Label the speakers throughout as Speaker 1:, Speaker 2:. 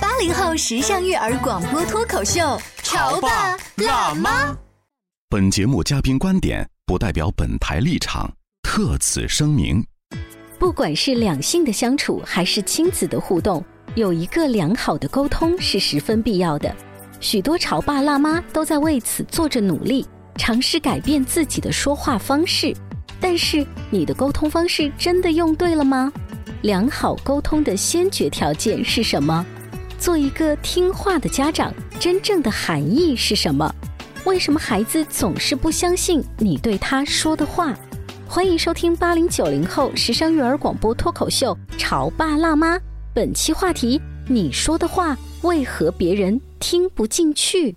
Speaker 1: 八零后时尚育儿广播脱口秀，潮爸辣妈。
Speaker 2: 妈。
Speaker 3: 本节目嘉宾观点不代表本台立场，特此声明。
Speaker 4: 不管是两性的相处，还是亲子的互动，有一个良好的沟通是十分必要的。许多潮爸辣妈都在为此做着努力，尝试改变自己的说话方式。但是，你的沟通方式真的用对了吗？良好沟通的先决条件是什么？做一个听话的家长，真正的含义是什么？为什么孩子总是不相信你对他说的话？欢迎收听八零九零后时尚育儿广播脱口秀《潮爸辣妈》，本期话题：你说的话为何别人听不进去？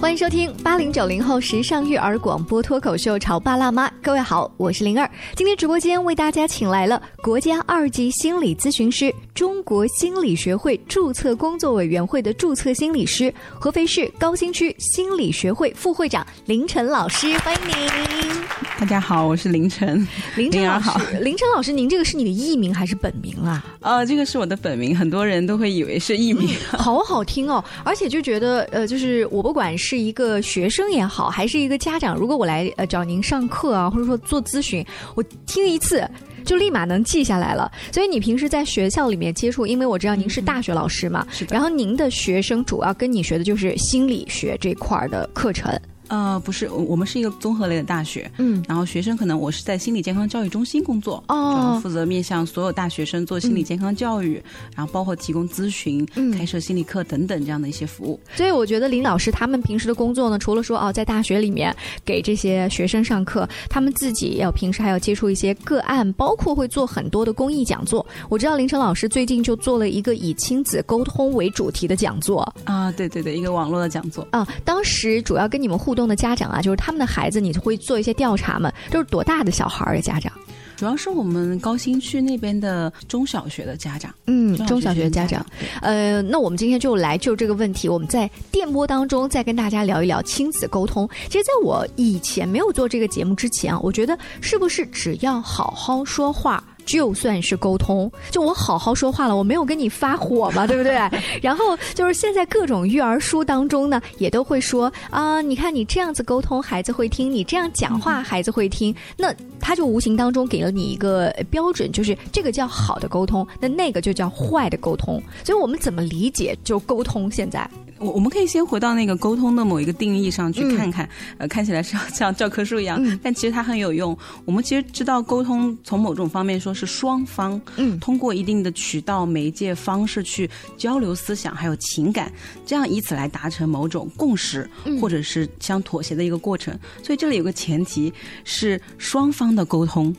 Speaker 5: 欢迎收听八零九零后时尚育儿广播脱口秀《潮爸辣妈》，各位好，我是灵儿。今天直播间为大家请来了国家二级心理咨询师、中国心理学会注册工作委员会的注册心理师、合肥市高新区心理学会副会长林晨老师，欢迎您。
Speaker 6: 大家好，我是凌晨。
Speaker 5: 林晨
Speaker 6: 灵儿
Speaker 5: 老
Speaker 6: 好
Speaker 5: 师，林晨老师，您这个是你的艺名还是本名啊？
Speaker 6: 呃，这个是我的本名，很多人都会以为是艺名。
Speaker 5: 好好听哦，而且就觉得呃，就是我不管是一个学生也好，还是一个家长，如果我来呃找您上课啊，或者说做咨询，我听一次。就立马能记下来了，所以你平时在学校里面接触，因为我知道您是大学老师嘛，
Speaker 6: 是的
Speaker 5: 然后您的学生主要跟你学的就是心理学这块儿的课程，
Speaker 6: 呃，不是，我我们是一个综合类的大学，
Speaker 5: 嗯，
Speaker 6: 然后学生可能我是在心理健康教育中心工作，
Speaker 5: 哦
Speaker 6: 然后负责面向所有大学生做心理
Speaker 5: 嗯
Speaker 6: 健康教育，然后包括提供咨询、
Speaker 5: 嗯
Speaker 6: 开设心理课等等这样的一些服务。
Speaker 5: 所以我觉得林老师他们平时的工作呢，除了说哦，在大学里面给这些学生上课，他们自己要平时还要接触一些个案，包括会做很多的公益讲座。我知道林晨老师最近就做了一个以亲子沟通为主题的讲座
Speaker 6: 啊、对对对，一个网络的讲座。
Speaker 5: 啊、当时主要跟你们互动的家长啊，就是他们的孩子，你会做一些调查嘛，都是多大的小孩儿的家长？
Speaker 6: 主要是我们高新区那边的中小学的家长，
Speaker 5: 嗯，中小学的家
Speaker 6: 家
Speaker 5: 长。，
Speaker 6: 对
Speaker 5: 呃，那我们今天就来就这个问题，我们在电波当中再跟大家聊一聊亲子沟通。其实，在我以前没有做这个节目之前啊，我觉得是不是只要好好说话。就算是沟通，就我好好说话了，我没有跟你发火嘛，对不对？ 然后就是现在各种育儿书当中呢，也都会说啊、你看你这样子沟通，孩子会听；你这样讲话，孩子会听。那他就无形当中给了你一个呃标准，就是这个叫好的沟通，那那个就叫坏的沟通。所以我们怎么理解就沟通？现在
Speaker 6: 我我们可以先回到那个沟通的某一个定义上去
Speaker 5: 嗯
Speaker 6: 看看，呃，看起来是像教科书一样，
Speaker 5: 嗯
Speaker 6: 但其实它很有用。我们其实知道，沟通从某种方面说是双方，
Speaker 5: 嗯
Speaker 6: 通过一定的渠道、媒介、方式去交流思想还有情感，这样以此来达成某种共识，
Speaker 5: 嗯
Speaker 6: 或者是相妥协的一个过程。所以这里有个前提是双方的沟通。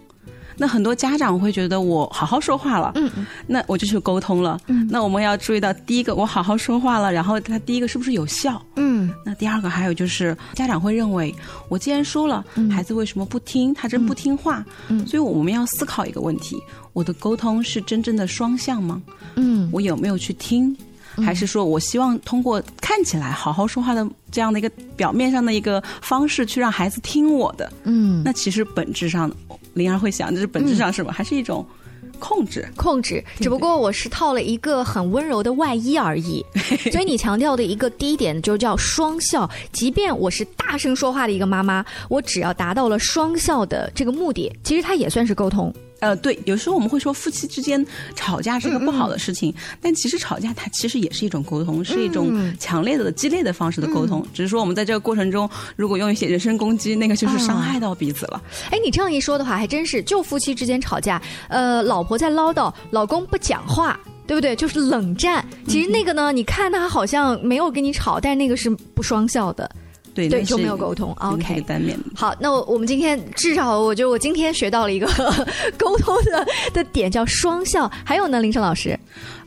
Speaker 6: 那很多家长会觉得我好好说话了，
Speaker 5: 嗯嗯
Speaker 6: 那我就去沟通了。
Speaker 5: 嗯
Speaker 6: 那我们要注意到，第一个我好好说话了，然后他第一个是不是有效？
Speaker 5: 嗯
Speaker 6: 那第二个还有就是，家长会认为我既然说了，
Speaker 5: 嗯
Speaker 6: 孩子为什么不听？他真不听话。
Speaker 5: 嗯
Speaker 6: 所以我们要思考一个问题：我的沟通是真正的双向吗？
Speaker 5: 嗯
Speaker 6: 我有没有去听？还是说我希望通过看起来好好说话的这样的一个表面上的一个方式去让孩子听我的？
Speaker 5: 嗯，
Speaker 6: 那其实本质上，灵儿会想，就是本质上是吧？还是一种控制。
Speaker 5: 控制，只不过我是套了一个很温柔的外衣而已。所以你强调的一个第一点就叫双效，即便我是大声说话的一个妈妈，我只要达到了双效的这个目的，其实它也算是沟通。
Speaker 6: 啊、呃，对，有时候我们会说夫妻之间吵架是一个不好的事情，
Speaker 5: 嗯
Speaker 6: 但其实吵架它其实也是一种沟通，是一种强烈的、激烈的方式的沟通。
Speaker 5: 嗯
Speaker 6: 只是说我们在这个过程中，如果用一些人身攻击，那个
Speaker 5: 啊
Speaker 6: 就是伤害到彼此了。
Speaker 5: 哎，你这样一说的话，还真是，就夫妻之间吵架，呃，老婆在唠叨，老公不讲话，对不对？就是冷战。其实那个呢，你看他好像没有跟你吵，但是那个是不双向的，
Speaker 6: 对
Speaker 5: 对，
Speaker 6: 那
Speaker 5: 就是没有沟通。
Speaker 6: 那是一
Speaker 5: OK，
Speaker 6: 个单面的。
Speaker 5: 好，那我我们今天至少我觉得我今天学到了一个沟通的的点，叫双向。还有呢，林晨老师，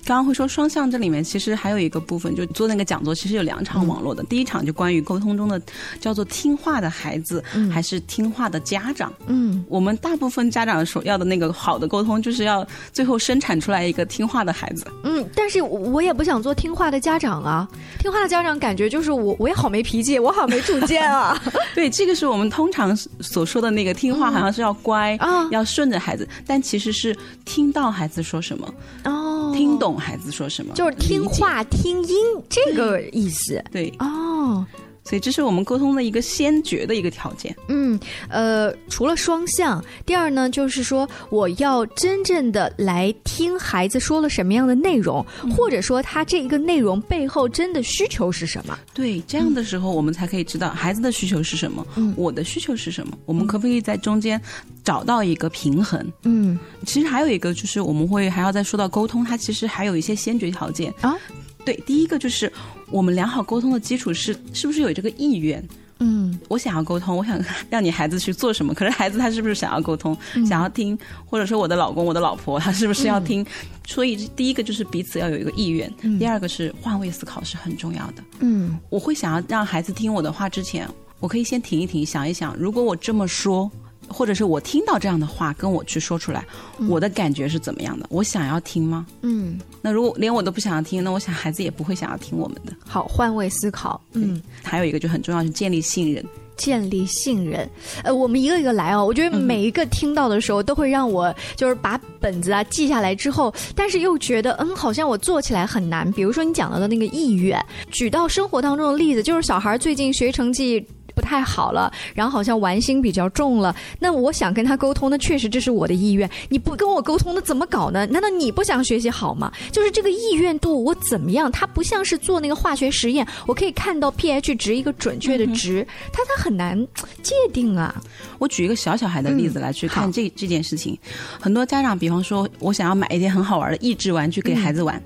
Speaker 6: 刚刚会说双向，这里面其实还有一个部分，就做那个讲座，其实有两场网络
Speaker 5: 嗯
Speaker 6: 的。第一场就关于沟通中的叫做听话的孩子、还是听话的家长。
Speaker 5: 嗯，
Speaker 6: 我们大部分家长所要的那个好的沟通，就是要最后生产出来一个听话的孩子。
Speaker 5: 嗯，但是我我也不想做听话的家长啊，听话的家长感觉就是我我也好没脾气，我好没主见啊
Speaker 6: 对，这个是我们通常所说的那个听话，好像是要乖、
Speaker 5: 啊
Speaker 6: 要顺着孩子，但其实是听到孩子说什么，
Speaker 5: 哦，
Speaker 6: 听懂孩子说什么，
Speaker 5: 就是听
Speaker 6: 理解。
Speaker 5: 话听音这个意思
Speaker 6: 对，
Speaker 5: 哦。
Speaker 6: 所以这是我们沟通的一个先决的一个条件。
Speaker 5: 嗯，呃，除了双向，第二呢，就是说我要真正的来听孩子说了什么样的内容，或者说他这一个内容背后真的需求是什么。
Speaker 6: 对，这样的时候我们才可以知道孩子的需求是什么，
Speaker 5: 嗯
Speaker 6: 我的需求是什么，我们可不可以在中间找到一个平衡？
Speaker 5: 嗯
Speaker 6: 其实还有一个就是我们会还要再说到沟通，它其实还有一些先决条件
Speaker 5: 啊。
Speaker 6: 对，第一个就是我们良好沟通的基础是是不是有这个意愿？
Speaker 5: 嗯
Speaker 6: 我想要沟通，我想让你孩子去做什么，可是孩子他是不是想要沟通，
Speaker 5: 嗯
Speaker 6: 想要听，或者说我的老公、我的老婆，他是不是要听？所以第一个就是彼此要有一个意愿，第二个是换位思考是很重要的。
Speaker 5: 嗯
Speaker 6: 我会想要让孩子听我的话之前，我可以先停一停，想一想，如果我这么说，或者是我听到这样的话跟我去说出来，我的感觉是怎么样的？我想要听吗？
Speaker 5: 嗯，
Speaker 6: 那如果连我都不想要听，那我想孩子也不会想要听我们的。
Speaker 5: 好，换位思考。嗯，
Speaker 6: 还有一个就很重要，是建立信任。
Speaker 5: 建立信任。呃，我们一个一个来哦。我觉得每一个听到的时候，都会让我就是把本子啊记下来之后，但是又觉得嗯，好像我做起来很难。比如说你讲到的那个意愿，举到生活当中的例子，就是小孩最近学习成绩。不太好了，然后好像玩心比较重了。那我想跟他沟通，那确实这是我的意愿。你不跟我沟通，那怎么搞呢？难道你不想学习好吗？就是这个意愿度，我怎么样？它不像是做那个化学实验，我可以看到 pH 值一个准确的值，它它很难界定啊。
Speaker 6: 我举一个小小孩的例子来去看
Speaker 5: 好
Speaker 6: 这、这件事情，很多家长，比方说，我想要买一件很好玩的益智玩具给孩子玩，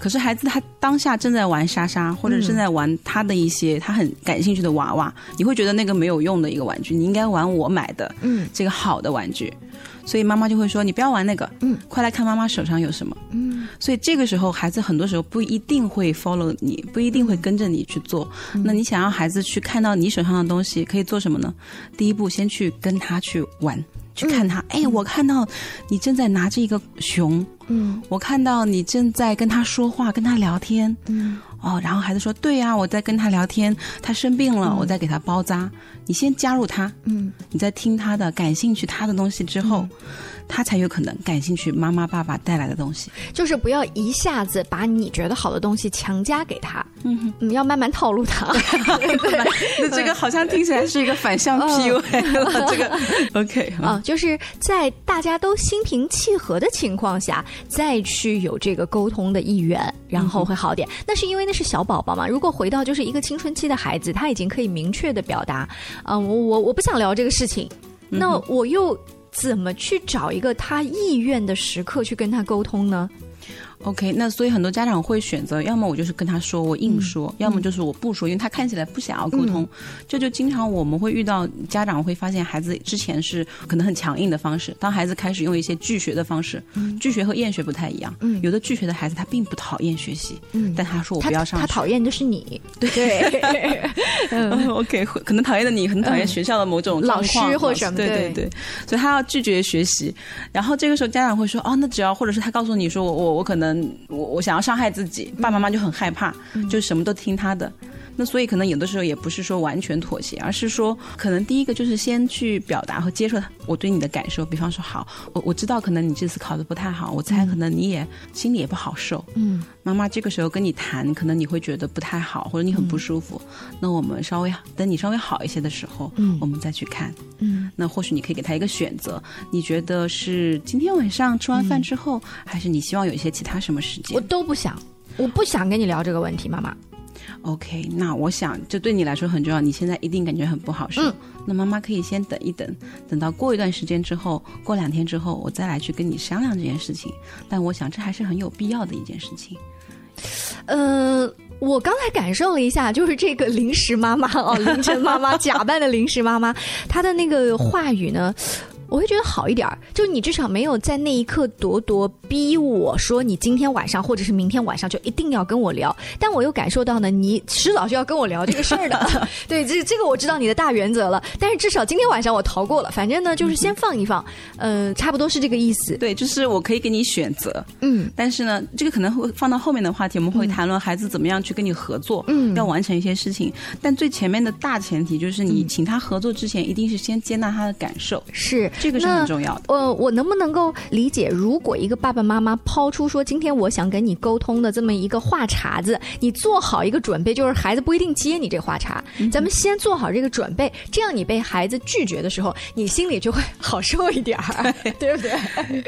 Speaker 6: 可是孩子他当下正在玩莎莎，或者
Speaker 5: 嗯
Speaker 6: 正在玩他的一些他很感兴趣的娃娃，你会觉得那个没有用的一个玩具，你应该玩我买的，
Speaker 5: 嗯，
Speaker 6: 这个好的玩具，所以妈妈就会说你不要玩那个，
Speaker 5: 嗯，
Speaker 6: 快来看妈妈手上有什么，嗯，所以这个时候孩子很多时候不一定会 follow 你，不一定会跟着你去做。
Speaker 5: 嗯
Speaker 6: 那你想让孩子去看到你手上的东西，可以做什么呢？第一步，先去跟他去玩。去看他，哎，我看到你正在拿着一个熊，
Speaker 5: 嗯，
Speaker 6: 我看到你正在跟他说话，跟他聊天，嗯，哦，然后孩子说，对呀、我在跟他聊天，他生病了，我在给他包扎，你先加入他，
Speaker 5: 嗯，
Speaker 6: 你在听他的、感兴趣他的东西之后，他才有可能感兴趣妈妈、爸爸带来的东西。
Speaker 5: 就是不要一下子把你觉得好的东西强加给他，
Speaker 6: 嗯哼，
Speaker 5: 嗯，要慢慢套路他。
Speaker 6: 那这个好像听起来是一个反向 PUA 了，啊这 个 OK
Speaker 5: 啊，就是在大家都心平气和的情况下，再去有这个沟通的意愿，然后会好点。那是因为那是小宝宝嘛。如果回到就是一个青春期的孩子，他已经可以明确的表达，啊、我我我不想聊这个事情，那我又怎么去找一个他意愿的时刻去跟他沟通呢？
Speaker 6: OK，那所以很多家长会选择，要么我就是跟他说，我
Speaker 5: 嗯
Speaker 6: 硬说；要么就是我不说，因为他看起来不想要沟通。这就经常我们会遇到家长会发现，孩子之前是可能很强硬的方式，当孩子开始用一些拒学的方式，
Speaker 5: 嗯
Speaker 6: 拒学和厌学不太一样。有的拒学的孩子他并不讨厌学习，但他说我
Speaker 5: 嗯他
Speaker 6: 不要上
Speaker 5: 他
Speaker 6: 学。
Speaker 5: 讨厌的是你， 对，
Speaker 6: 嗯 OK，会可能讨厌的你，很讨厌学校的某种状况、
Speaker 5: 老师或者什么
Speaker 6: 对对
Speaker 5: 对
Speaker 6: 对，所以他要拒绝学习。然后这个时候家长会说，哦，那只要或者是他告诉你
Speaker 5: 嗯
Speaker 6: 说我我我可能我我想要伤害自己，爸爸妈妈就很害怕，就什么都听他的。那所以可能有的时候也不是说完全妥协，而是说可能第一个就是先去表达和接受我对你的感受。比方说，好，我我知道可能你这次考的不太好，我猜可能你也、心里也不好受。
Speaker 5: 嗯，
Speaker 6: 妈妈这个时候跟你谈，可能你会觉得不太好，或者你很不舒服。那我们稍微等你稍微好一些的时候，
Speaker 5: 嗯
Speaker 6: 我们再去看。
Speaker 5: 嗯，
Speaker 6: 那或许你可以给他一个选择，你觉得是今天晚上吃完饭之后，还是你希望有一些其他什么时间
Speaker 5: 我？都不想，我不想跟你聊这个问题，妈妈。
Speaker 6: OK，那我想这对你来说很重要，你现在一定感觉很不好受。
Speaker 5: 嗯
Speaker 6: 那妈妈可以先等一等，等到过一段时间之后，过两天之后，我再来去跟你商量这件事情。但我想这还是很有必要的一件事情。
Speaker 5: 嗯、我刚才感受了一下， 就是这个临时妈妈哦，凌晨妈妈假扮的临时妈 妈，她的那个话语呢。我会觉得好一点儿，就你至少没有在那一刻咄咄逼我说你今天晚上或者是明天晚上就一定要跟我聊，但我又感受到呢，你迟早是要跟我聊这个事儿的。 对，这这个我知道你的大原则了，但是至少今天晚上我逃过了，反正呢就是先放一放，嗯、差不多是这个意思。
Speaker 6: 对，就是我可以给你选择，
Speaker 5: 嗯，
Speaker 6: 但是呢，这个可能会放到后面的话题，我们会谈论孩子怎么样去跟你合作，嗯，要完成一些事情。但最前面的大前提就是，你请他合作之前，一定是先接纳他的感受，
Speaker 5: 是
Speaker 6: 这个是
Speaker 5: 那
Speaker 6: 很重要的。
Speaker 5: 呃，我能不能够理解，如果一个爸爸妈妈抛出说今天我想跟你沟通的这么一个话茬子，你做好一个准备，就是孩子不一定接你这话茬，咱们先做好这个准备，这样你被孩子拒绝的时候，你心里就会好受一点 儿，对不对？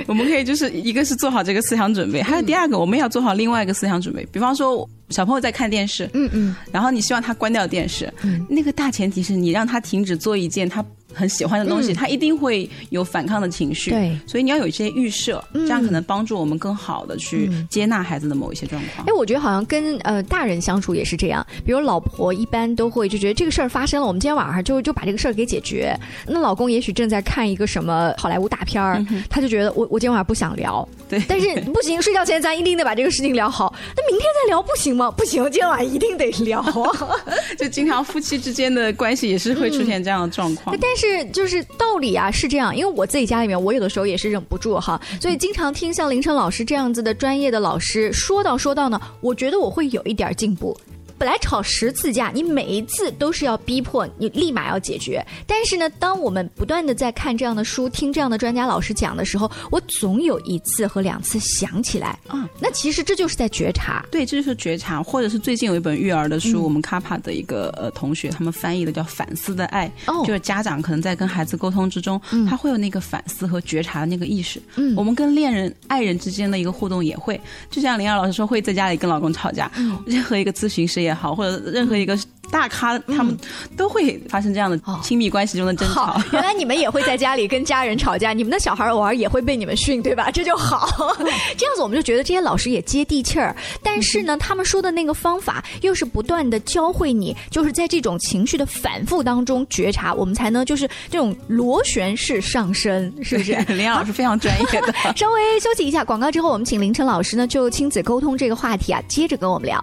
Speaker 6: 我们可以就是一个是做好这个思想准备，还有第二个，我们也要做好另外一个思想准备。比方说，小朋友在看电视，
Speaker 5: 嗯嗯，
Speaker 6: 然后你希望他关掉电视，那个大前提是你让他停止做一件他很喜欢的东西，他一定会有反抗的情
Speaker 5: 嗯
Speaker 6: 绪。
Speaker 5: 对嗯
Speaker 6: 所以你要有一些预设，这样可能帮助我们更好的去接纳孩子的某一些状况。
Speaker 5: 哎，我觉得好像跟呃大人相处也是这样，比如老婆一般都会就觉得这个事儿发生了，我们今天晚上就就把这个事儿给解决。那老公也许正在看一个什么好莱坞大片儿，他就觉得我我今天晚上不想聊，
Speaker 6: 对
Speaker 5: 但是不行，睡觉前咱一定得把这个事情聊好。那明天再聊不行吗？不行，今天晚上一定得聊啊。
Speaker 6: 就经常夫妻之间的关系也是会出
Speaker 5: 嗯
Speaker 6: 现这样的状况。
Speaker 5: 但是就是道理啊是这样，因为我自己家里面，我有的时候也是忍不住哈，
Speaker 6: 嗯
Speaker 5: 所以经常听像凌晨老师这样子的专业的老师说到说到呢，我觉得我会有一点进步。本来吵十次架，你每一次都是要逼迫你立马要解决。但是呢，当我们不断的在看这样的书、听这样的专家老师讲的时候，我总有一次和两次想起来，
Speaker 6: 嗯，
Speaker 5: 那其实这就是在觉察。
Speaker 6: 对，这就是觉察，或者是最近有一本育儿的
Speaker 5: 嗯
Speaker 6: 书，我们卡帕的一个呃同学，他们翻译的叫《反思的爱》，
Speaker 5: 哦
Speaker 6: 就是家长可能在跟孩子沟通之中，他会有那个反思和觉察的那个意识。
Speaker 5: 嗯
Speaker 6: 我们跟恋人、爱人之间的一个互动也会，就像林儿老师说，会在家里跟老公吵架，
Speaker 5: 嗯
Speaker 6: 任何一个咨询师也好，或者任何一个大咖，他们都会发生这样的
Speaker 5: 嗯哦
Speaker 6: 亲密关系中的争吵
Speaker 5: 好。，原来你们也会在家里跟家人吵架，你们的小孩偶尔也会被你们训，对吧？这就好， 这样子我们就觉得这些老师也接地气儿。但是呢，他们说的那个方法又是不断的教会你，就是在这种情绪的反复当中觉察，我们才能就是这种螺旋式上升，是不是？
Speaker 6: 林儿老师非常专业 的。
Speaker 5: 稍微休息一下，广告之后，我们请凌晨老师呢就亲子沟通这个话题啊，接着跟我们聊。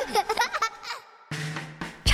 Speaker 4: 《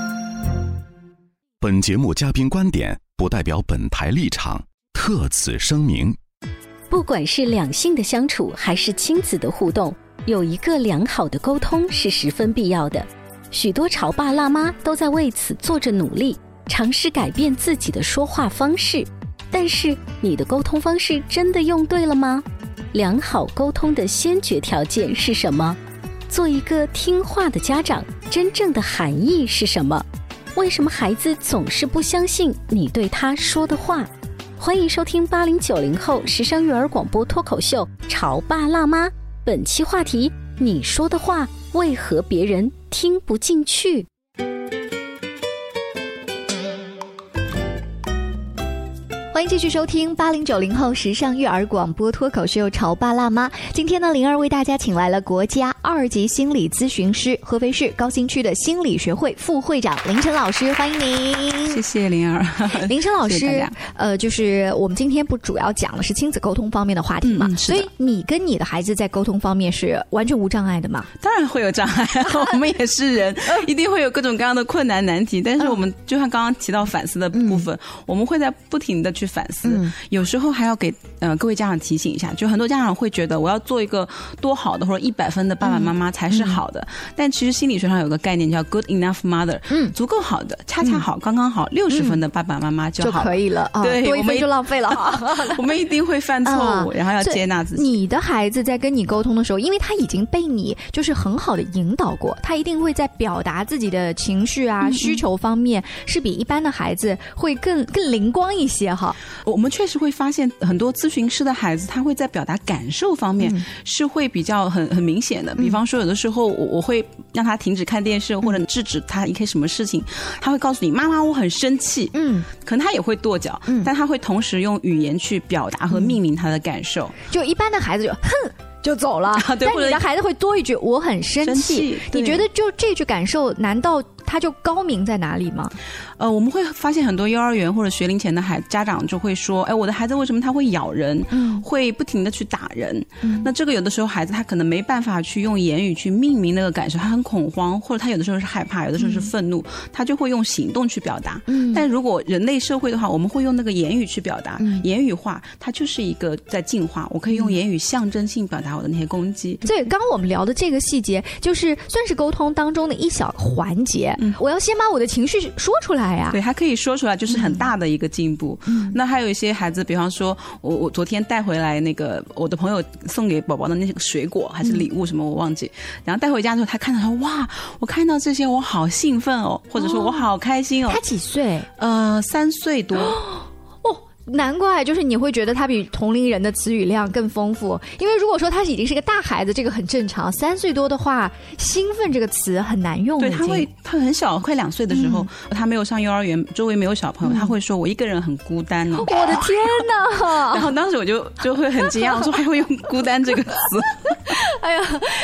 Speaker 3: 本节目嘉宾观点不代表本台立场，特此声明。”。
Speaker 4: 不管是两性的相处，还是亲子的互动，有一个良好的沟通是十分必要的。许多潮爸辣妈都在为此做着努力，尝试改变自己的说话方式。但是，你的沟通方式真的用对了吗？良好沟通的先决条件是什么？做一个听话的家长，真正的含义是什么？为什么孩子总是不相信你对他说的话？欢迎收听八零九零后时尚育儿广播脱口秀《潮爸辣妈》，本期话题：你说的话为何别人听不进去？
Speaker 5: 欢迎继续收听八零九零后时尚育儿广播脱口秀《潮爸辣妈》。今天呢，灵儿为大家请来了国家二级心理咨询师、合肥市高新区的心理学会副会长林晨老师，欢迎您！
Speaker 6: 谢谢灵儿，
Speaker 5: 林晨老师，
Speaker 6: 谢谢大家
Speaker 5: 呃，就是我们今天不主要讲的是亲子沟通方面的话题嘛，
Speaker 6: 嗯嗯是
Speaker 5: 所
Speaker 6: 的
Speaker 5: 以你跟你的孩子在沟通方面是完全无障碍的嘛？
Speaker 6: 当然会有障 碍，我们也是人，
Speaker 5: 嗯
Speaker 6: 一定会有各种各样的困难难题。但是我们就像刚刚提到反思的部分，我们会在不停的去反思。
Speaker 5: 嗯
Speaker 6: 有时候还要给呃各位家长提醒一下，就很多家长会觉得我要做一个多好的或者一百分的爸爸妈妈才是好的，
Speaker 5: 嗯
Speaker 6: 但其实心理学上有个概念叫 good enough mother，嗯，足够好的，恰恰好，刚刚好，六十分的爸爸妈妈就
Speaker 5: 嗯就
Speaker 6: 好
Speaker 5: 可以了啊
Speaker 6: 对，
Speaker 5: 多一
Speaker 6: 我
Speaker 5: 分
Speaker 6: 们
Speaker 5: 就浪费了啊哈
Speaker 6: 我们一定会犯错误，
Speaker 5: 啊
Speaker 6: 然后要
Speaker 5: 所以
Speaker 6: 接纳自己。
Speaker 5: 你的孩子在跟你沟通的时候，因为他已经被你就是很好的引导过，他一定会在表达自己的情绪
Speaker 6: 嗯
Speaker 5: 啊、需求方面，是比一般的孩子会更更灵光一些哈。
Speaker 6: 我们确实会发现很多咨询师的孩子，他会在表达感受方面
Speaker 5: 嗯
Speaker 6: 是会比较很很明显的。比方说，有的时候我我会让他停止看电
Speaker 5: 嗯
Speaker 6: 视，或者制止他一些什么事情，他会告诉你：“妈妈，我很生气。”
Speaker 5: 嗯，
Speaker 6: 可能他也会跺脚，但他会同时用语言去表达
Speaker 5: 嗯
Speaker 6: 和命名他的感受。
Speaker 5: 就一般的孩子就哼。就走了，
Speaker 6: 对
Speaker 5: 但
Speaker 6: 或者
Speaker 5: 你的孩子会多一句“我很生
Speaker 6: 生气对
Speaker 5: 你觉得就这句感受，难道他就高明在哪里吗？
Speaker 6: 呃，我们会发现很多幼儿园或者学龄前的孩家长就会说，哎，我的孩子为什么他会咬人，
Speaker 5: 嗯
Speaker 6: 会不停的去打人？那这个有的时候孩子他可能没办法去用言语去命名那个感受，他很恐慌，或者他有的时候是害怕，有的时候是愤怒，他就会用行动去表达。
Speaker 5: 嗯
Speaker 6: 但如果人类社会的话，我们会用那个言语去表达，
Speaker 5: 嗯
Speaker 6: 言语化，它就是一个在进化。我可以用言语象征性表达我的那些攻击。
Speaker 5: 对，刚刚我们聊的这个细节，就是算是沟通当中的一小环节。
Speaker 6: 嗯
Speaker 5: 我要先把我的情绪说出来呀、
Speaker 6: 对，还可以说出来，就是很大的一个进步。那还有一些孩子，比方说我我昨天带回来那个我的朋友送给宝宝的那些水果还是礼物什么，我忘记。然后带回家之后，他看到说哇，我看到这些我好兴奋哦，或者说我好开心哦。哦
Speaker 5: 他几岁？
Speaker 6: 呃，三岁多。
Speaker 5: 难怪，就是你会觉得他比同龄人的词语量更丰富，因为如果说他已经是个大孩子，这个很正常。三岁多的话，兴奋这个词很难用了
Speaker 6: 对，
Speaker 5: 已经。
Speaker 6: 他会， 他很小，快两岁的时候，他没有上幼儿园，周围没有小朋友，他会说：“我一个人很孤单哦。”
Speaker 5: 我的天哪！
Speaker 6: 然后当时我就就会很惊讶，我说还会用“孤单”这个词。
Speaker 5: 哎呀，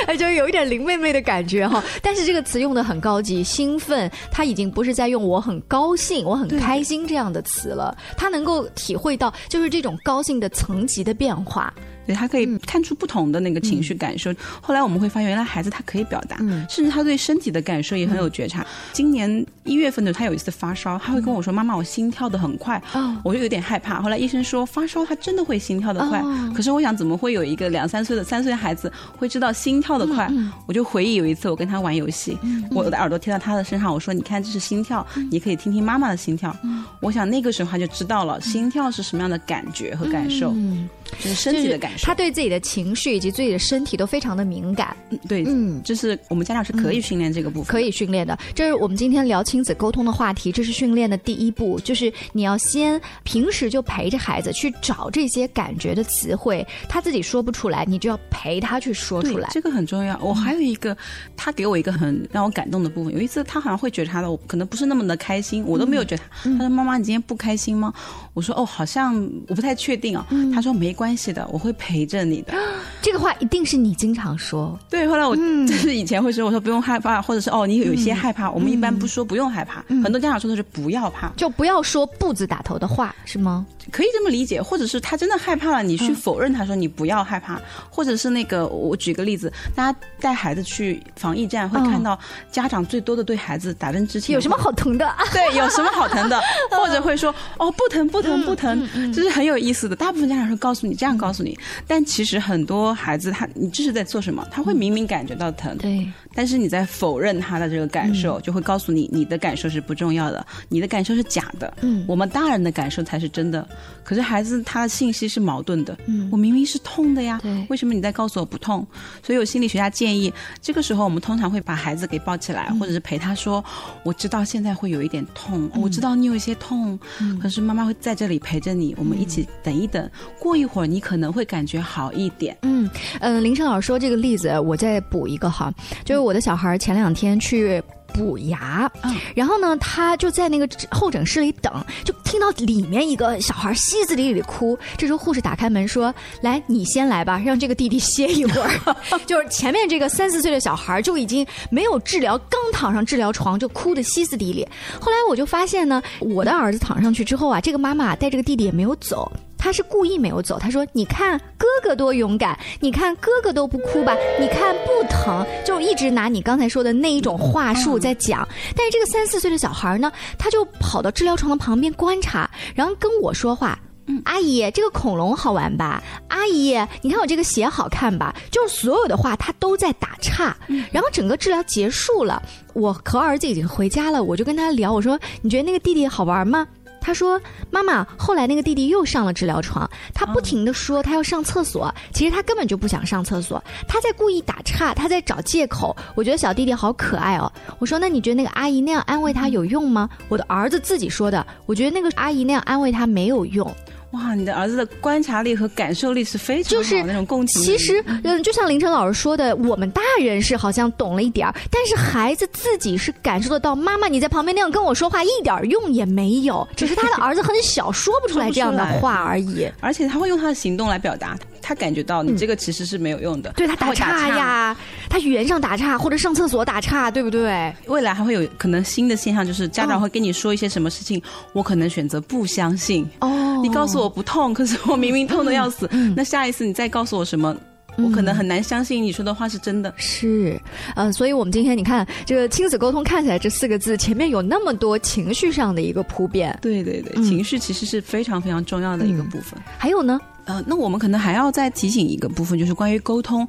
Speaker 5: 哎，就是有一点林妹妹的感觉哈。但是这个词用的很高级，兴奋，他已经不是在用我很高兴、我很开心这样的词了，他能够体会到就是这种高兴的层级的变化。
Speaker 6: 对他可以
Speaker 5: 嗯
Speaker 6: 看出不同的那个情绪感受。后来我们会发现，原来孩子他可以表达，
Speaker 5: 嗯
Speaker 6: 甚至他对身体的感受也很有觉察。今年一月份的时候，他有一次发烧，他会
Speaker 5: 嗯
Speaker 6: 跟我说：“妈妈，我心跳的很快。”
Speaker 5: 哦
Speaker 6: 我就有点害怕。后来医生说，发烧他真的会心跳的快
Speaker 5: 哦，
Speaker 6: 可是我想，怎么会有一个两三岁的三岁的孩子会知道心跳的快？
Speaker 5: 嗯
Speaker 6: 我就回忆有一次我跟他玩游戏，我的耳朵贴到他的身上，我说：“你看，这是心跳，你可以听听妈妈的心跳。”
Speaker 5: 嗯
Speaker 6: 我想那个时候他就知道了心跳是什么样的感觉和感受，
Speaker 5: 嗯，
Speaker 6: 就是身体的感受。
Speaker 5: 他对自己的情绪以及自己的身体都非常的敏感。
Speaker 6: 对，
Speaker 5: 嗯
Speaker 6: 就是我们家长是可以训练这个部分，
Speaker 5: 可以训练的。这是我们今天聊亲子沟通的话题，这是训练的第一步，就是你要先平时就陪着孩子去找这些感觉的词汇，他自己说不出来，你就要陪他去说
Speaker 6: 对
Speaker 5: 出来。嗯
Speaker 6: 这个很重要。我还有一个，他给我一个很让我感动的部分。有一次，他好像会觉察到我可能不是那么的开心，我都没有觉察。
Speaker 5: 嗯
Speaker 6: 他说：“妈妈，你今天不开心吗？”我说：“哦，好像我不太确定啊。”
Speaker 5: 嗯
Speaker 6: 他说：“没关系的，我会陪着你的。”
Speaker 5: 这个话一定是你经常说，
Speaker 6: 对，后来我
Speaker 5: 嗯
Speaker 6: 就是以前会说，我说不用害怕，或者是哦，你有一些害怕，我们一般不说不用害怕，
Speaker 5: 嗯
Speaker 6: 很多家长说的是不要怕，
Speaker 5: 就不要说不字打头的话，是吗？
Speaker 6: 可以这么理解，或者是他真的害怕了，你
Speaker 5: 嗯
Speaker 6: 去否认他说你不要害怕，或者是那个我举个例子，大家带孩子去防疫站会
Speaker 5: 嗯
Speaker 6: 看到家长最多的对孩子打针之前
Speaker 5: 有什么好疼的？啊
Speaker 6: 对有什么好 疼的，或者会说哦不疼不
Speaker 5: 嗯
Speaker 6: 疼不疼，这是很有意思的。大部分家长会告诉你这样
Speaker 5: 嗯
Speaker 6: 告诉你，但其实很多孩子他你这是在做什么，他会明明感觉到疼，
Speaker 5: 对，
Speaker 6: 但是你在否认他的这个感受，
Speaker 5: 嗯
Speaker 6: 就会告诉你你的感受是不重要的，你的感受是假的，
Speaker 5: 嗯
Speaker 6: 我们大人的感受才是真的。可是孩子他的信息是矛盾的，
Speaker 5: 嗯
Speaker 6: 我明明是痛的呀，为什么你在告诉我不痛？所以有心理学家建议，这个时候我们通常会把孩子给抱起来，
Speaker 5: 嗯
Speaker 6: 或者是陪他说：“我知道现在会有一点痛，
Speaker 5: 嗯
Speaker 6: 我知道你有一些痛，
Speaker 5: 嗯
Speaker 6: 可是妈妈会在这里陪着你，我们一起等一等，过一会儿你可能会感觉好一点。”
Speaker 5: 嗯嗯，林胜老师说这个例子，我再补一个哈，就是我的小孩前两天去。补牙，然后呢，他就在那个候诊室里等，就听到里面一个小孩歇斯底里的哭。这时候护士打开门说：“来，你先来吧，让这个弟弟歇一会儿。” 就是前面这个三四岁的小孩就已经没有治疗，刚躺上治疗床就哭得歇斯底里。后来我就发现呢，我的儿子躺上去之后啊，这个妈妈带这个弟弟也没有走，他是故意没有走。他说：“你看哥哥多勇敢，你看哥哥都不哭吧，你看不疼。”就一直拿你刚才说的那一种话术在讲。但是这个三四岁的小孩呢，他就跑到治疗床的旁边观察，然后跟我说话。阿姨，这个恐龙好玩吧？阿姨，你看我这个鞋好看吧？就是所有的话他都在打岔，然后整个治疗结束了，我和儿子已经回家了，我就跟他聊，我说你觉得那个弟弟好玩吗？他说：“妈妈，后来那个弟弟又上了治疗床，他不停的说他要上厕所，其实他根本就不想上厕所，他在故意打岔，他在找借口。我觉得小弟弟好可爱哦。我说，那你觉得那个阿姨那样安慰他有用吗？我的儿子自己说的，我觉得那个阿姨那样安慰他没有用。
Speaker 6: 哇，你的儿子的观察力和感受力是非常好的那种共情力。
Speaker 5: 其实，嗯，就像林晨老师说的，我们大人是好像懂了一点儿，但是孩子自己是感受得到，妈妈你在旁边那样跟我说话一点儿用也没有，只是他的儿子很小，说不出来这样的话而已。
Speaker 6: 而且他会用他的行动来表达，他感觉到你这个其实是没有用的，
Speaker 5: 对他打
Speaker 6: 会
Speaker 5: 岔呀，他语言上打岔，或者上厕所打岔，对不对？
Speaker 6: 未来还会有可能新的现象，就是家长会跟你说一些什么事情，我可能选择不相信。
Speaker 5: 哦，嗯
Speaker 6: 你告诉我不痛，可是我明明痛的要死。那下一次你再告诉我什么，我可能很难相信你说的话是真的。
Speaker 5: 是，呃，所以我们今天你看这个亲子沟通，看起来这四个字前面有那么多情绪上的一个铺垫，
Speaker 6: 对对对，
Speaker 5: 嗯
Speaker 6: 情绪其实是非常非常重要的一个部分。
Speaker 5: 还有呢，
Speaker 6: 呃，那我们可能还要再提醒一个部分，就是关于沟通，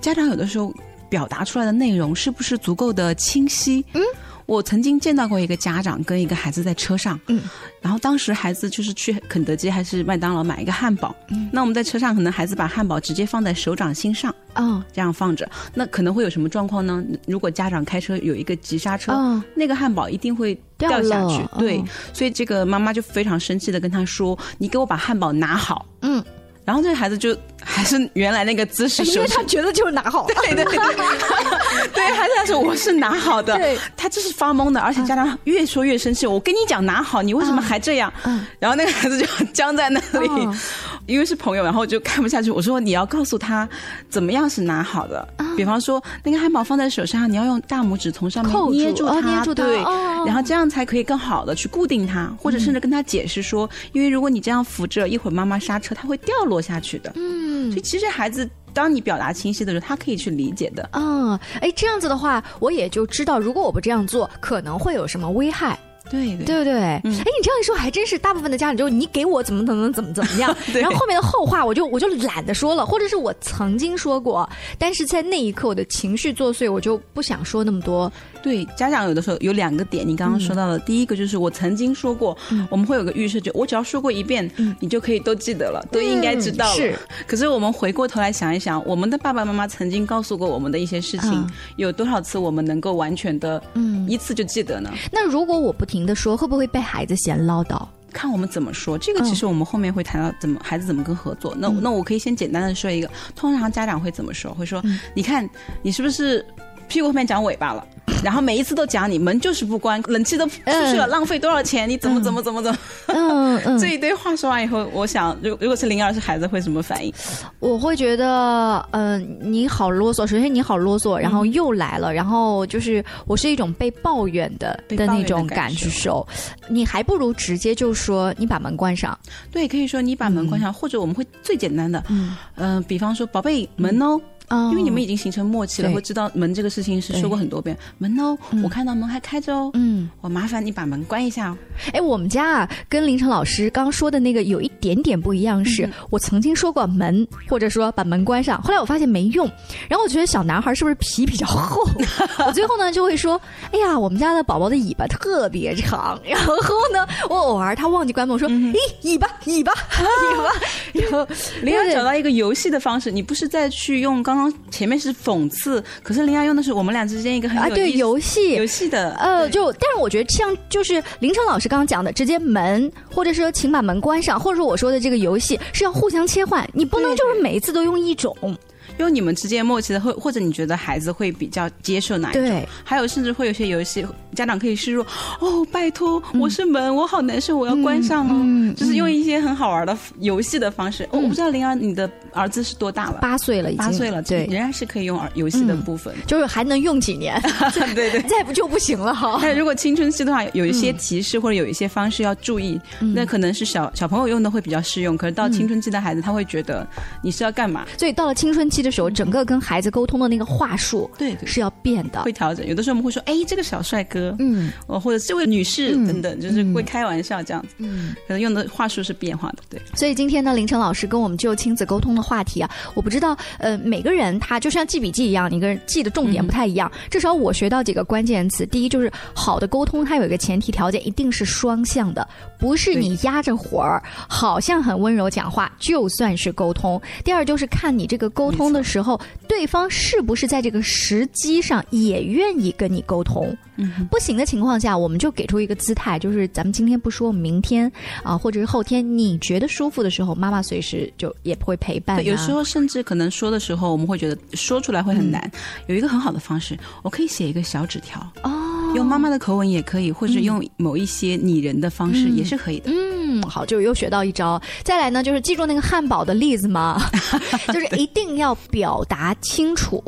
Speaker 6: 家长有的时候表达出来的内容是不是足够的清晰？嗯。我曾经见到过一个家长跟一个孩子在车上，
Speaker 5: 嗯，
Speaker 6: 然后当时孩子就是去肯德基还是麦当劳买一个汉堡，嗯，那我们在车上可能孩子把汉堡直接放在手掌心上，
Speaker 5: 嗯，
Speaker 6: 这样放着，那可能会有什么状况呢？如果家长开车有一个急刹车，
Speaker 5: 嗯
Speaker 6: 那个汉堡一定会
Speaker 5: 掉
Speaker 6: 掉下
Speaker 5: 了
Speaker 6: 去，对，
Speaker 5: 嗯
Speaker 6: 所以这个妈妈就非常生气的跟他说：“你给我把汉堡拿好。”
Speaker 5: 嗯。哎
Speaker 6: 然后这个孩子就还是原来那个姿势，
Speaker 5: 因为
Speaker 6: 手
Speaker 5: 他
Speaker 6: 是
Speaker 5: 觉得就是拿好，
Speaker 6: 对对对， 对，孩子他说我是拿好的，
Speaker 5: 对，
Speaker 6: 他这是发懵的，而且家长越说越生气，我跟你讲拿好，你为什么还这样？
Speaker 5: 嗯
Speaker 6: 然后那个孩子就僵在那里
Speaker 5: 哦，
Speaker 6: 因为是朋友，然后我就看不下去，我说你要告诉他怎么样是拿好的，
Speaker 5: 嗯
Speaker 6: 比方说那个汉堡放在手上，你要用大拇指从上
Speaker 5: 扣住
Speaker 6: 面捏住
Speaker 5: 哦
Speaker 6: 它，
Speaker 5: 捏住它
Speaker 6: 对，
Speaker 5: 哦嗯
Speaker 6: 然后这样才可以更好的去固定它，或者甚至跟他解释说，因为如果你这样扶着，一会儿妈妈刹车，它会掉落下去的，
Speaker 5: 嗯，
Speaker 6: 所以其实孩子。当你表达清晰的时候，他可以去理解的。
Speaker 5: 嗯，哎，这样子的话，我也就知道，如果我不这样做，可能会有什么危害。
Speaker 6: 对对
Speaker 5: 对不对？哎、
Speaker 6: 嗯
Speaker 5: 你这样一说，还真是大部分的家长就你给我怎么怎么怎么怎么样
Speaker 6: ，对
Speaker 5: 然后后面的后话我就我就懒得说了，或者是我曾经说过，但是在那一刻我的情绪作祟，我就不想说那么多。
Speaker 6: 对，家长有的时候有两个点，你刚刚说到的，第一个就是我曾经说过，
Speaker 5: 嗯
Speaker 6: 我们会有个预设，就我只要说过一遍，你就可以都记得了，都应该知道了。
Speaker 5: 嗯是。
Speaker 6: 可是我们回过头来想一想，我们的爸爸妈妈曾经告诉过我们的一些事情，
Speaker 5: 嗯
Speaker 6: 有多少次我们能够完全的，
Speaker 5: 嗯
Speaker 6: 一次就记得呢？
Speaker 5: 那如果我不停的说，会不会被孩子嫌唠 叨？
Speaker 6: 看我们怎么说，这个其实我们后面会谈到怎么孩子怎么跟合作。那
Speaker 5: 嗯
Speaker 6: 那我可以先简单的说一个，通常家长会怎么说？会说，
Speaker 5: 嗯
Speaker 6: 你看你是不是屁股后面长尾 巴了？然后每一次都讲你门就是不关，冷气都出去了，
Speaker 5: 嗯
Speaker 6: 浪费多少钱？你怎么怎么怎么怎么？
Speaker 5: 嗯嗯
Speaker 6: 这一堆话说完以后，我想，如如果是灵儿是孩子会什么反应？
Speaker 5: 我会觉得，嗯、你好啰嗦。首先你好啰嗦，然后又来了，然后就是我是一种被抱怨的
Speaker 6: 嗯被
Speaker 5: 的
Speaker 6: 抱
Speaker 5: 那
Speaker 6: 怨的
Speaker 5: 种
Speaker 6: 感
Speaker 5: 感受。你还不如直接就说你把门关上。
Speaker 6: 对，可以说你把门关上，或者我们会最简单的，
Speaker 5: 嗯
Speaker 6: 嗯、比方说宝贝门哦，
Speaker 5: 哦
Speaker 6: 因为你们已经形成默契了，
Speaker 5: 对
Speaker 6: 会知道门这个事情是说过很多遍，门哦，我看到门还开着哦，
Speaker 5: 嗯，
Speaker 6: 我麻烦你把门关一下哦。
Speaker 5: 哎，我们家啊，跟林晨老师刚说的那个有一点点不一样
Speaker 6: 嗯
Speaker 5: 是，我曾经说过门，或者说把门关上，后来我发现没用，然后我觉得小男孩是不是皮比较 厚？我最后呢就会说，哎呀，我们家的宝宝的尾巴特别长，然后呢，我偶尔他忘记关门，我说，咦、尾巴，尾巴， 尾巴，然后
Speaker 6: 嗯
Speaker 5: 对
Speaker 6: 林雅
Speaker 5: 对
Speaker 6: 找到一个游戏的方式，你不是再去用刚刚前面是讽刺，可是林雅用的是我们俩之间一个很有
Speaker 5: 啊，对
Speaker 6: 意思
Speaker 5: 游戏
Speaker 6: 游戏的
Speaker 5: 呃，就但是我觉得像就是林晨老师刚刚讲的，直接门或者说请把门关上，或者说我说的这个游戏是要互相切换，你不能就是每一次都用一种。
Speaker 6: 嗯用你们之间默契的，或或者你觉得孩子会比较接受哪一种？
Speaker 5: 对，
Speaker 6: 还有甚至会有些游戏，家长可以示弱，哦，拜托，
Speaker 5: 嗯
Speaker 6: 我是门，我好难受，我要关上哦，就是用一些很好玩的游戏的方式。哦，我不知道林儿，你的儿子是多大了？
Speaker 5: 嗯八岁了已经
Speaker 6: 八岁了，
Speaker 5: 对嗯
Speaker 6: 仍然是可以用儿游戏的部分。
Speaker 5: 就是还能用几年，
Speaker 6: 对对，
Speaker 5: 再不就不行了哈。
Speaker 6: 但如果青春期的话，有一
Speaker 5: 嗯
Speaker 6: 些提示或者有一些方式要注意，那可能是小小朋友用的会比较适用，可是到青春期的孩子，他会觉得你是要干嘛？
Speaker 5: 所以到了青春期的时候，整个跟孩子沟通的那个话术，
Speaker 6: 对，
Speaker 5: 是要变的。
Speaker 6: 会调整。有的时候我们会说，哎，这个小帅哥，
Speaker 5: 嗯，
Speaker 6: 哦，或者这位女士等等，就是会开玩笑这样子。
Speaker 5: 嗯，
Speaker 6: 可能用的话术是变化的，对。
Speaker 5: 所以今天呢，凌晨老师跟我们就亲子沟通的话题啊，我不知道，呃，每个人他就像记笔记一样，你个人记的重点不太一样。至少我学到几个关键词，第一就是好的沟通，它有一个前提条件，一定是双向的，不是你压着火儿，好像很温柔讲话，就算是沟通。第二就是看你这个沟通的时候，对方是不是在这个时机上也愿意跟你沟通。
Speaker 6: 嗯，
Speaker 5: 不行的情况下，我们就给出一个姿态，就是咱们今天不说，我们明天啊，或者是后天，你觉得舒服的时候，妈妈随时就也会陪伴、啊。
Speaker 6: 对有时候甚至可能说的时候，我们会觉得说出来会很难。有一个很好的方式，我可以写一个小纸条，
Speaker 5: 哦，
Speaker 6: 用妈妈的口吻也可以，或者
Speaker 5: 嗯
Speaker 6: 用某一些拟人的方式
Speaker 5: 嗯
Speaker 6: 也是可以的。
Speaker 5: 嗯，好，就是又学到一招。再来呢，就是记住那个汉堡的例子 嘛，就是一定要表达清楚。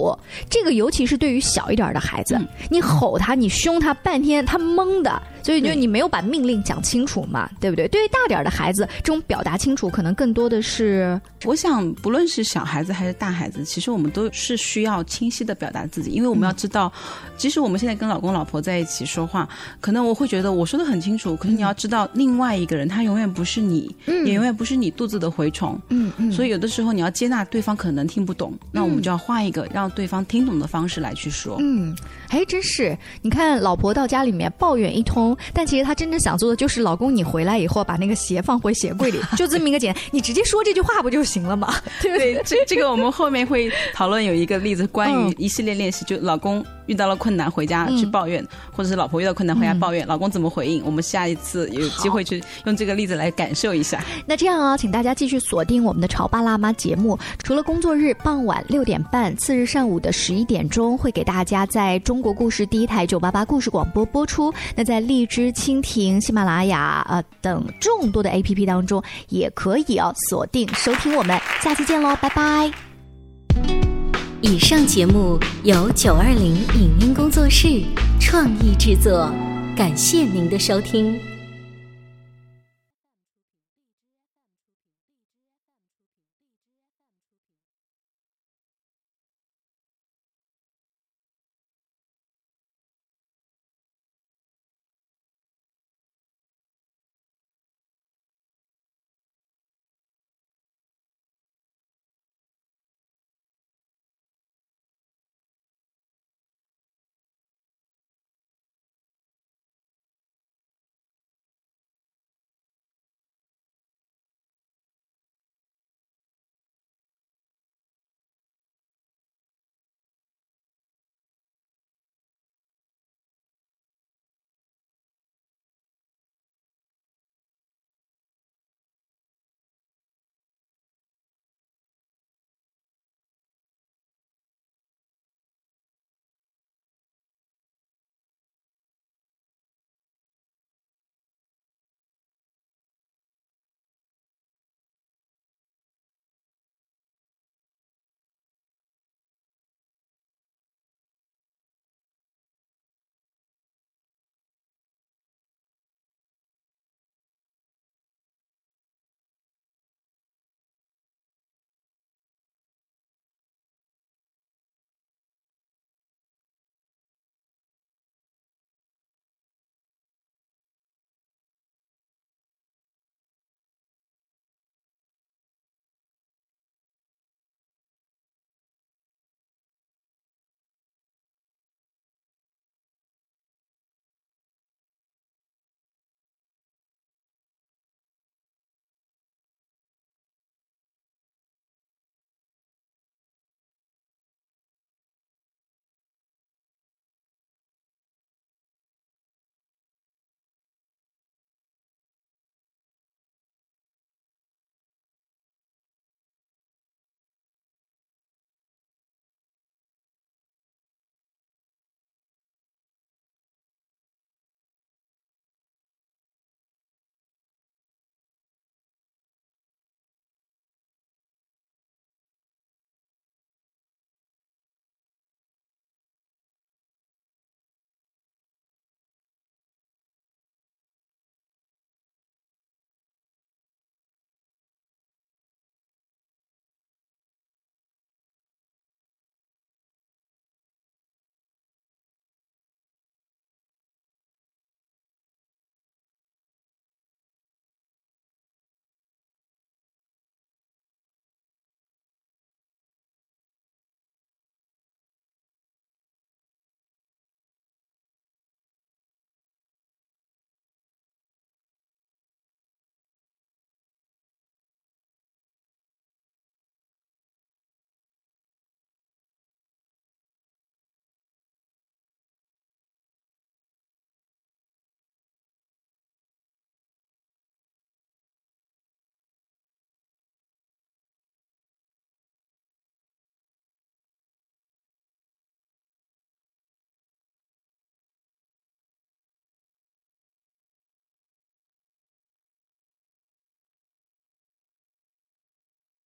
Speaker 5: 这个尤其是对于小一点儿的孩
Speaker 6: 嗯
Speaker 5: 子，你吼他，你凶他半天，他懵的，所以就你没有把命令讲清楚嘛，对不对？对于大点儿的孩子，这种表达清楚可能更多的是
Speaker 6: 我想，不论是小孩子还是大孩子，其实我们都是需要清晰的表达自己，因为我们要
Speaker 5: 嗯
Speaker 6: 知道，即使我们现在跟老公老婆在一起说话，可能我会觉得我说的很清楚，可是你要知道，另外一个人他永远不是你，
Speaker 5: 嗯
Speaker 6: 也永远不是你肚子的蛔虫。
Speaker 5: 嗯嗯
Speaker 6: 所以有的时候你要接纳对方可能听不懂，那我们就要换一个让对方听懂的方式来去说。
Speaker 5: 嗯，还真是。你看，老婆到家里面抱怨一通，但其实她真正想做的就是，老公，你回来以后把那个鞋放回鞋柜里，就这么一个简单，你直接说这句话不就行了吗？对 不对？
Speaker 6: 这这个我们后面会讨论有一个例子，关于
Speaker 5: 嗯
Speaker 6: 一系列练习，就老公遇到了困难回家去抱怨，或者是老婆遇到困难回家抱怨，老公怎么回应？我们下一次有机会去用这个例子来感受一下。
Speaker 5: 那这样啊，请大家继续锁定我们的《潮爸辣妈》节目。除了工作日傍晚六点半，次日上午的十一点钟会给大家在中国故事第一台九八八故事广播播出。那在荔枝、蜻蜓、喜马拉雅呃等众多的 APP 当中，也可以啊锁定收听我们。下期见喽，拜拜。
Speaker 4: 以上节目由九二零影音工作室创意制作，感谢您的收听。